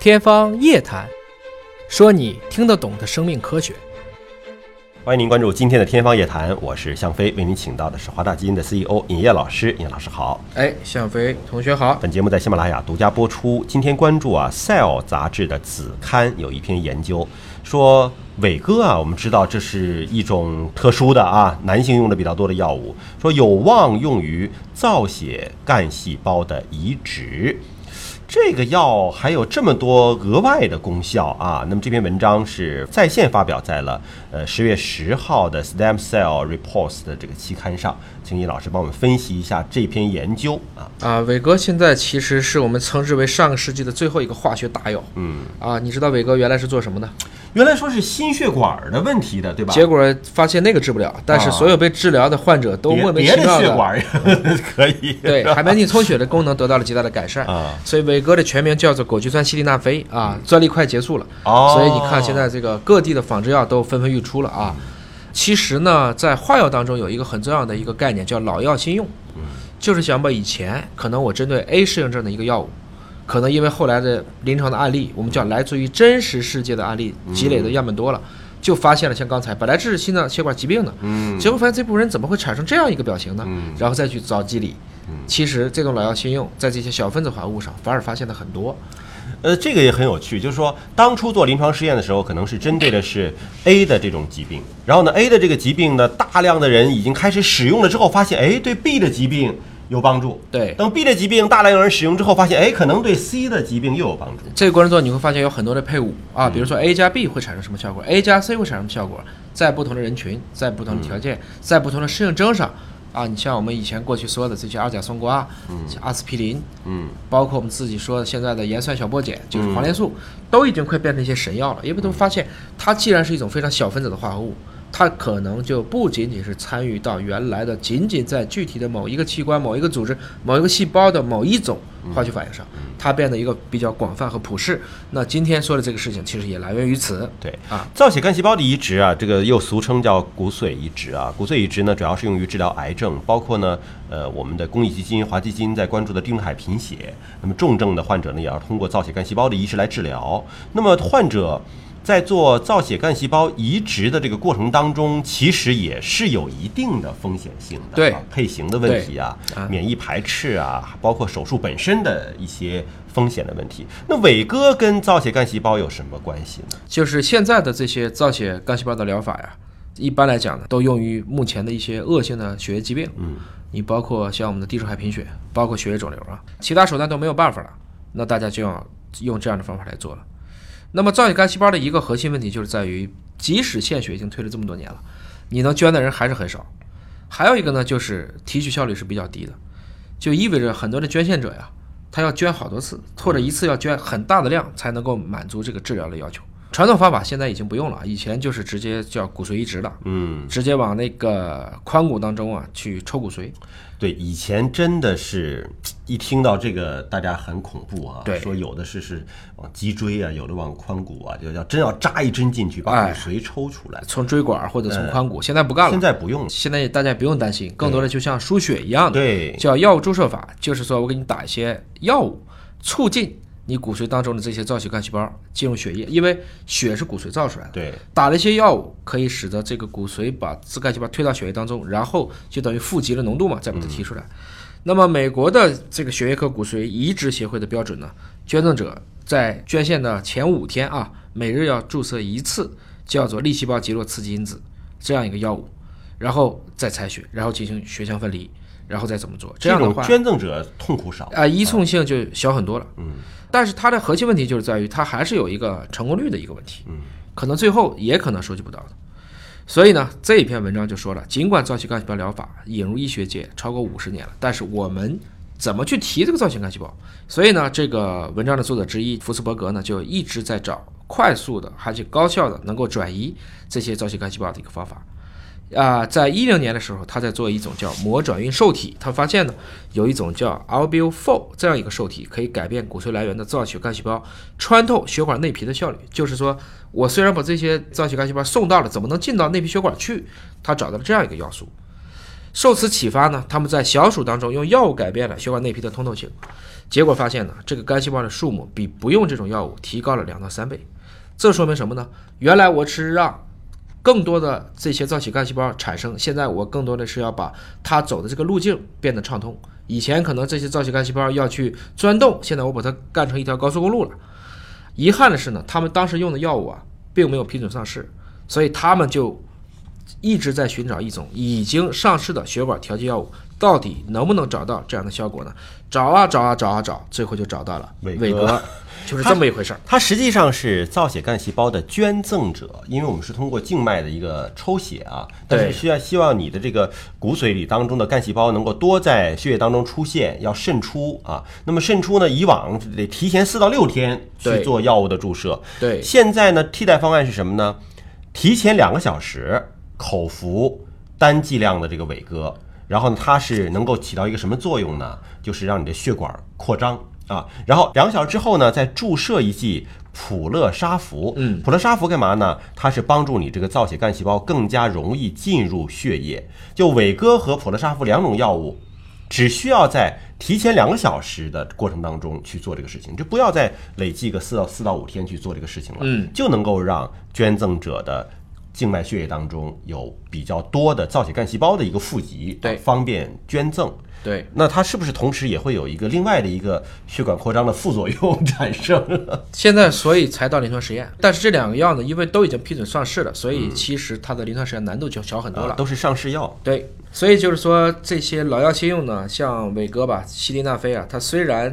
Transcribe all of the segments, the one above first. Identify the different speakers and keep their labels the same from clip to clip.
Speaker 1: 天方夜谭，说你听得懂的生命科学。
Speaker 2: 欢迎您关注今天的《天方夜谭》，我是向飞，为您请到的是华大基因的 CEO 尹烨老师。尹老师好，
Speaker 1: 哎，向飞同学好。
Speaker 2: 本节目在喜马拉雅独家播出。今天关注啊，《Cell》杂志的子刊有一篇研究说，伟哥啊，我们知道这是一种特殊的啊，男性用的比较多的药物，说有望用于造血干细胞的移植。这个药还有这么多额外的功效啊！那么这篇文章是在线发表在了呃十月十号的《Stem Cell Reports》的这个期刊上，请尹老师帮我们分析一下这篇研究啊。
Speaker 1: 啊，伟哥现在其实是我们称之为上个世纪的最后一个化学大药。
Speaker 2: 嗯，
Speaker 1: 啊，你知道伟哥原来是做什么的？
Speaker 2: 原来说是心血管的问题的，对吧？
Speaker 1: 结果发现那个治不了，但是
Speaker 2: 啊
Speaker 1: 所有被治疗的患者都
Speaker 2: 别
Speaker 1: 莫名
Speaker 2: 别
Speaker 1: 其
Speaker 2: 的
Speaker 1: 妙
Speaker 2: 血
Speaker 1: 的，
Speaker 2: 管 也可以
Speaker 1: 对海绵体抽血的功能得到了极大的改善。
Speaker 2: 啊。
Speaker 1: 所以伟哥的全名叫做枸杞酸西地那非啊，专利快结束了。
Speaker 2: 哦，
Speaker 1: 所以你看，现在这个各地的仿制药都纷纷欲出了啊。
Speaker 2: 嗯
Speaker 1: 其实呢，在化药当中有一个很重要的一个概念叫老药新用，
Speaker 2: 嗯
Speaker 1: 就是想把以前可能我针对 A 适应症的一个药物，可能因为后来的临床的案例，我们叫来自于真实世界的案例积累的样本多了，就发现了像刚才本来这是心脏血管疾病的，
Speaker 2: 嗯
Speaker 1: 结果发现这部分人怎么会产生这样一个表情呢？
Speaker 2: 嗯
Speaker 1: 然后再去找机理。其实这种老药新用，在这些小分子化合物上反而发现的很多。
Speaker 2: 呃，这个也很有趣，就是说，当初做临床试验的时候，可能是针对的是 A 的这种疾病，然后呢，A 的这个疾病呢，大量的人已经开始使用了之后，发现，哎，对 B 的疾病有帮助。
Speaker 1: 对
Speaker 2: 等 B 的疾病大量有人使用之后，发现，哎，可能对 C 的疾病又有帮助。
Speaker 1: 这个过程中你会发现有很多的配伍啊，比如说 A 加 B 会产生什么效果，A 加 C 会产生什么效果，在不同的人群，在不同的条件，在不同的适应症上啊，你像我们以前过去说的这些二甲双胍、像阿司匹林，
Speaker 2: 嗯，
Speaker 1: 包括我们自己说的现在的盐酸小檗碱，就是黄连素，都已经快变成一些神药了，因为都发现它既然是一种非常小分子的化合物。它可能就不仅仅是参与到原来的，仅仅在具体的某一个器官、某一个组织、某一个细胞的某一种化学反应上，它变得一个比较广泛和普适。那今天说的这个事情，其实也来源于此。
Speaker 2: 对
Speaker 1: 啊，
Speaker 2: 造血干细胞的移植啊，这个又俗称叫骨髓移植啊。骨髓移植呢，主要是用于治疗癌症，包括呢，呃，我们的公益基金、华基金在关注的地中海贫血。那么重症的患者呢，也要通过造血干细胞的移植来治疗。那么患者在做造血干细胞移植的这个过程当中，其实也是有一定的风险性的，
Speaker 1: 对
Speaker 2: 啊配型的问题啊
Speaker 1: 对啊，
Speaker 2: 免疫排斥啊，包括手术本身的一些风险的问题。那伟哥跟造血干细胞有什么关系呢？
Speaker 1: 就是现在的这些造血干细胞的疗法呀，一般来讲呢，都用于目前的一些恶性的血液疾病。
Speaker 2: 嗯，
Speaker 1: 你包括像我们的地中海贫血，包括血液肿瘤啊，其他手段都没有办法了，那大家就要用这样的方法来做了。那么造血干细胞的一个核心问题就是在于，即使献血已经推了这么多年了，你能捐的人还是很少。还有一个呢，就是提取效率是比较低的，就意味着很多的捐献者呀，他要捐好多次，或者一次要捐很大的量才能够满足这个治疗的要求。传统方法现在已经不用了，以前就是直接叫骨髓移植了，
Speaker 2: 嗯。
Speaker 1: 直接往那个髋骨当中啊去抽骨髓。
Speaker 2: 对，以前真的是一听到这个，大家很恐怖啊，
Speaker 1: 对
Speaker 2: 说有的是是往脊椎啊，有的往髋骨啊，就要真要扎一针进去，把
Speaker 1: 哎
Speaker 2: 骨髓抽出来。
Speaker 1: 从椎管或者从髋骨，现在不干
Speaker 2: 现
Speaker 1: 了。
Speaker 2: 在哎不用了，
Speaker 1: 现在大家也不用担心，更多的就像输血一样的，
Speaker 2: 对，
Speaker 1: 叫药物注射法，就是说我给你打一些药物，促进你骨髓当中的这些造血干细胞进入血液，因为血是骨髓造出来的。
Speaker 2: 对，
Speaker 1: 打了一些药物，可以使得这个骨髓把自干细胞推到血液当中，然后就等于负极的浓度嘛，再把它提出来。那么，美国的这个血液科骨髓移植协会的标准呢，捐赠者在捐献的前五天啊，每日要注射一次叫做粒细胞极弱刺激因子这样一个药物，然后再采血，然后进行血浆分离，然后再怎么做。这样的
Speaker 2: 种
Speaker 1: 话，
Speaker 2: 捐赠者痛苦少。
Speaker 1: 啊、依从性就小很多了。嗯，但是它的核心问题就是在于它还是有一个成功率的一个问题。嗯，可能最后也可能收集不到的。所以呢，这一篇文章就说了，尽管造血干细胞疗法引入医学界超过五十年了，但是我们怎么去提这个造血干细胞？所以呢，这个文章的作者之一福斯伯格呢，就一直在找快速的而且高效的能够转移这些造血干细胞的一个方法。啊、在一零年的时候，他在做一种叫膜转运受体，他发现呢，有一种叫 albu4 这样一个受体，可以改变骨髓来源的造血干细胞穿透血管内皮的效率。就是说我虽然把这些造血干细胞送到了，怎么能进到内皮血管去？他找到了这样一个要素。受此启发呢，他们在小鼠当中用药物改变了血管内皮的通透性，结果发现呢，这个干细胞的数目比不用这种药物提高了两到三倍。这说明什么呢？原来我只是让更多的这些造血干细胞产生，现在我更多的是要把它走的这个路径变得畅通。以前可能这些造血干细胞要去钻洞，现在我把它干成一条高速公路了。遗憾的是呢，他们当时用的药物啊，并没有批准上市，所以他们就一直在寻找一种已经上市的血管调节药物，到底能不能找到这样的效果呢？找啊找啊找啊找，最后就找到了
Speaker 2: 伟
Speaker 1: 伟
Speaker 2: 哥
Speaker 1: 哥，就是这么一回事儿。
Speaker 2: 它实际上是造血干细胞的捐赠者，因为我们是通过静脉的一个抽血啊，但是
Speaker 1: 对
Speaker 2: 需要希望你的这个骨髓里当中的干细胞能够多在血液当中出现，要渗出啊。那么渗出呢，以往得提前四到六天去
Speaker 1: 对
Speaker 2: 做药物的注射，
Speaker 1: 对
Speaker 2: 现在呢，替代方案是什么呢？提前两个小时口服单剂量的这个伟哥，然后呢，它是能够起到一个什么作用呢？就是让你的血管扩张啊。然后两个小时之后呢，再注射一剂普乐沙福。
Speaker 1: 嗯，
Speaker 2: 普乐沙福干嘛呢？它是帮助你这个造血干细胞更加容易进入血液。就伟哥和普乐沙福两种药物。只需要在提前两个小时的过程当中去做这个事情，就不要再累计个四到四到五天去做这个事情了，
Speaker 1: 嗯，
Speaker 2: 就能够让捐赠者的静脉血液当中有比较多的造血干细胞的一个富集，
Speaker 1: 对
Speaker 2: 啊方便捐赠。
Speaker 1: 对，
Speaker 2: 那它是不是同时也会有一个另外的一个血管扩张的副作用产生？
Speaker 1: 现在所以才到临床实验，但是这两个药呢，因为都已经批准上市了，所以其实它的临床实验难度就小很多了。
Speaker 2: 都是上市药，
Speaker 1: 对，所以就是说这些老药新用呢，像伟哥吧、西地那非啊，它虽然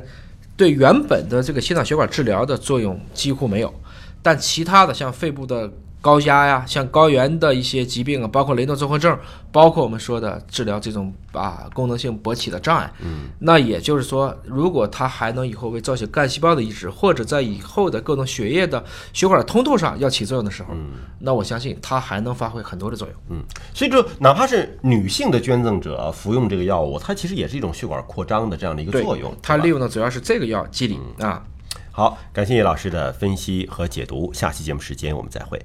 Speaker 1: 对原本的这个心脑血管治疗的作用几乎没有，但其他的像肺部的高压呀、像高原的一些疾病啊，包括雷诺综合症，包括我们说的治疗这种啊功能性勃起的障碍，嗯，那也就是说，如果它还能以后为造血干细胞的移植，或者在以后的各种血液的血管的通透上要起作用的时候，那我相信它还能发挥很多的作用。
Speaker 2: 所以就哪怕是女性的捐赠者服用这个药物，它其实也是一种血管扩张的这样的一个
Speaker 1: 对
Speaker 2: 作用。
Speaker 1: 它
Speaker 2: 对吧嗯
Speaker 1: 利用的主要是这个药机理啊。
Speaker 2: 好，感谢叶老师的分析和解读，下期节目时间我们再会。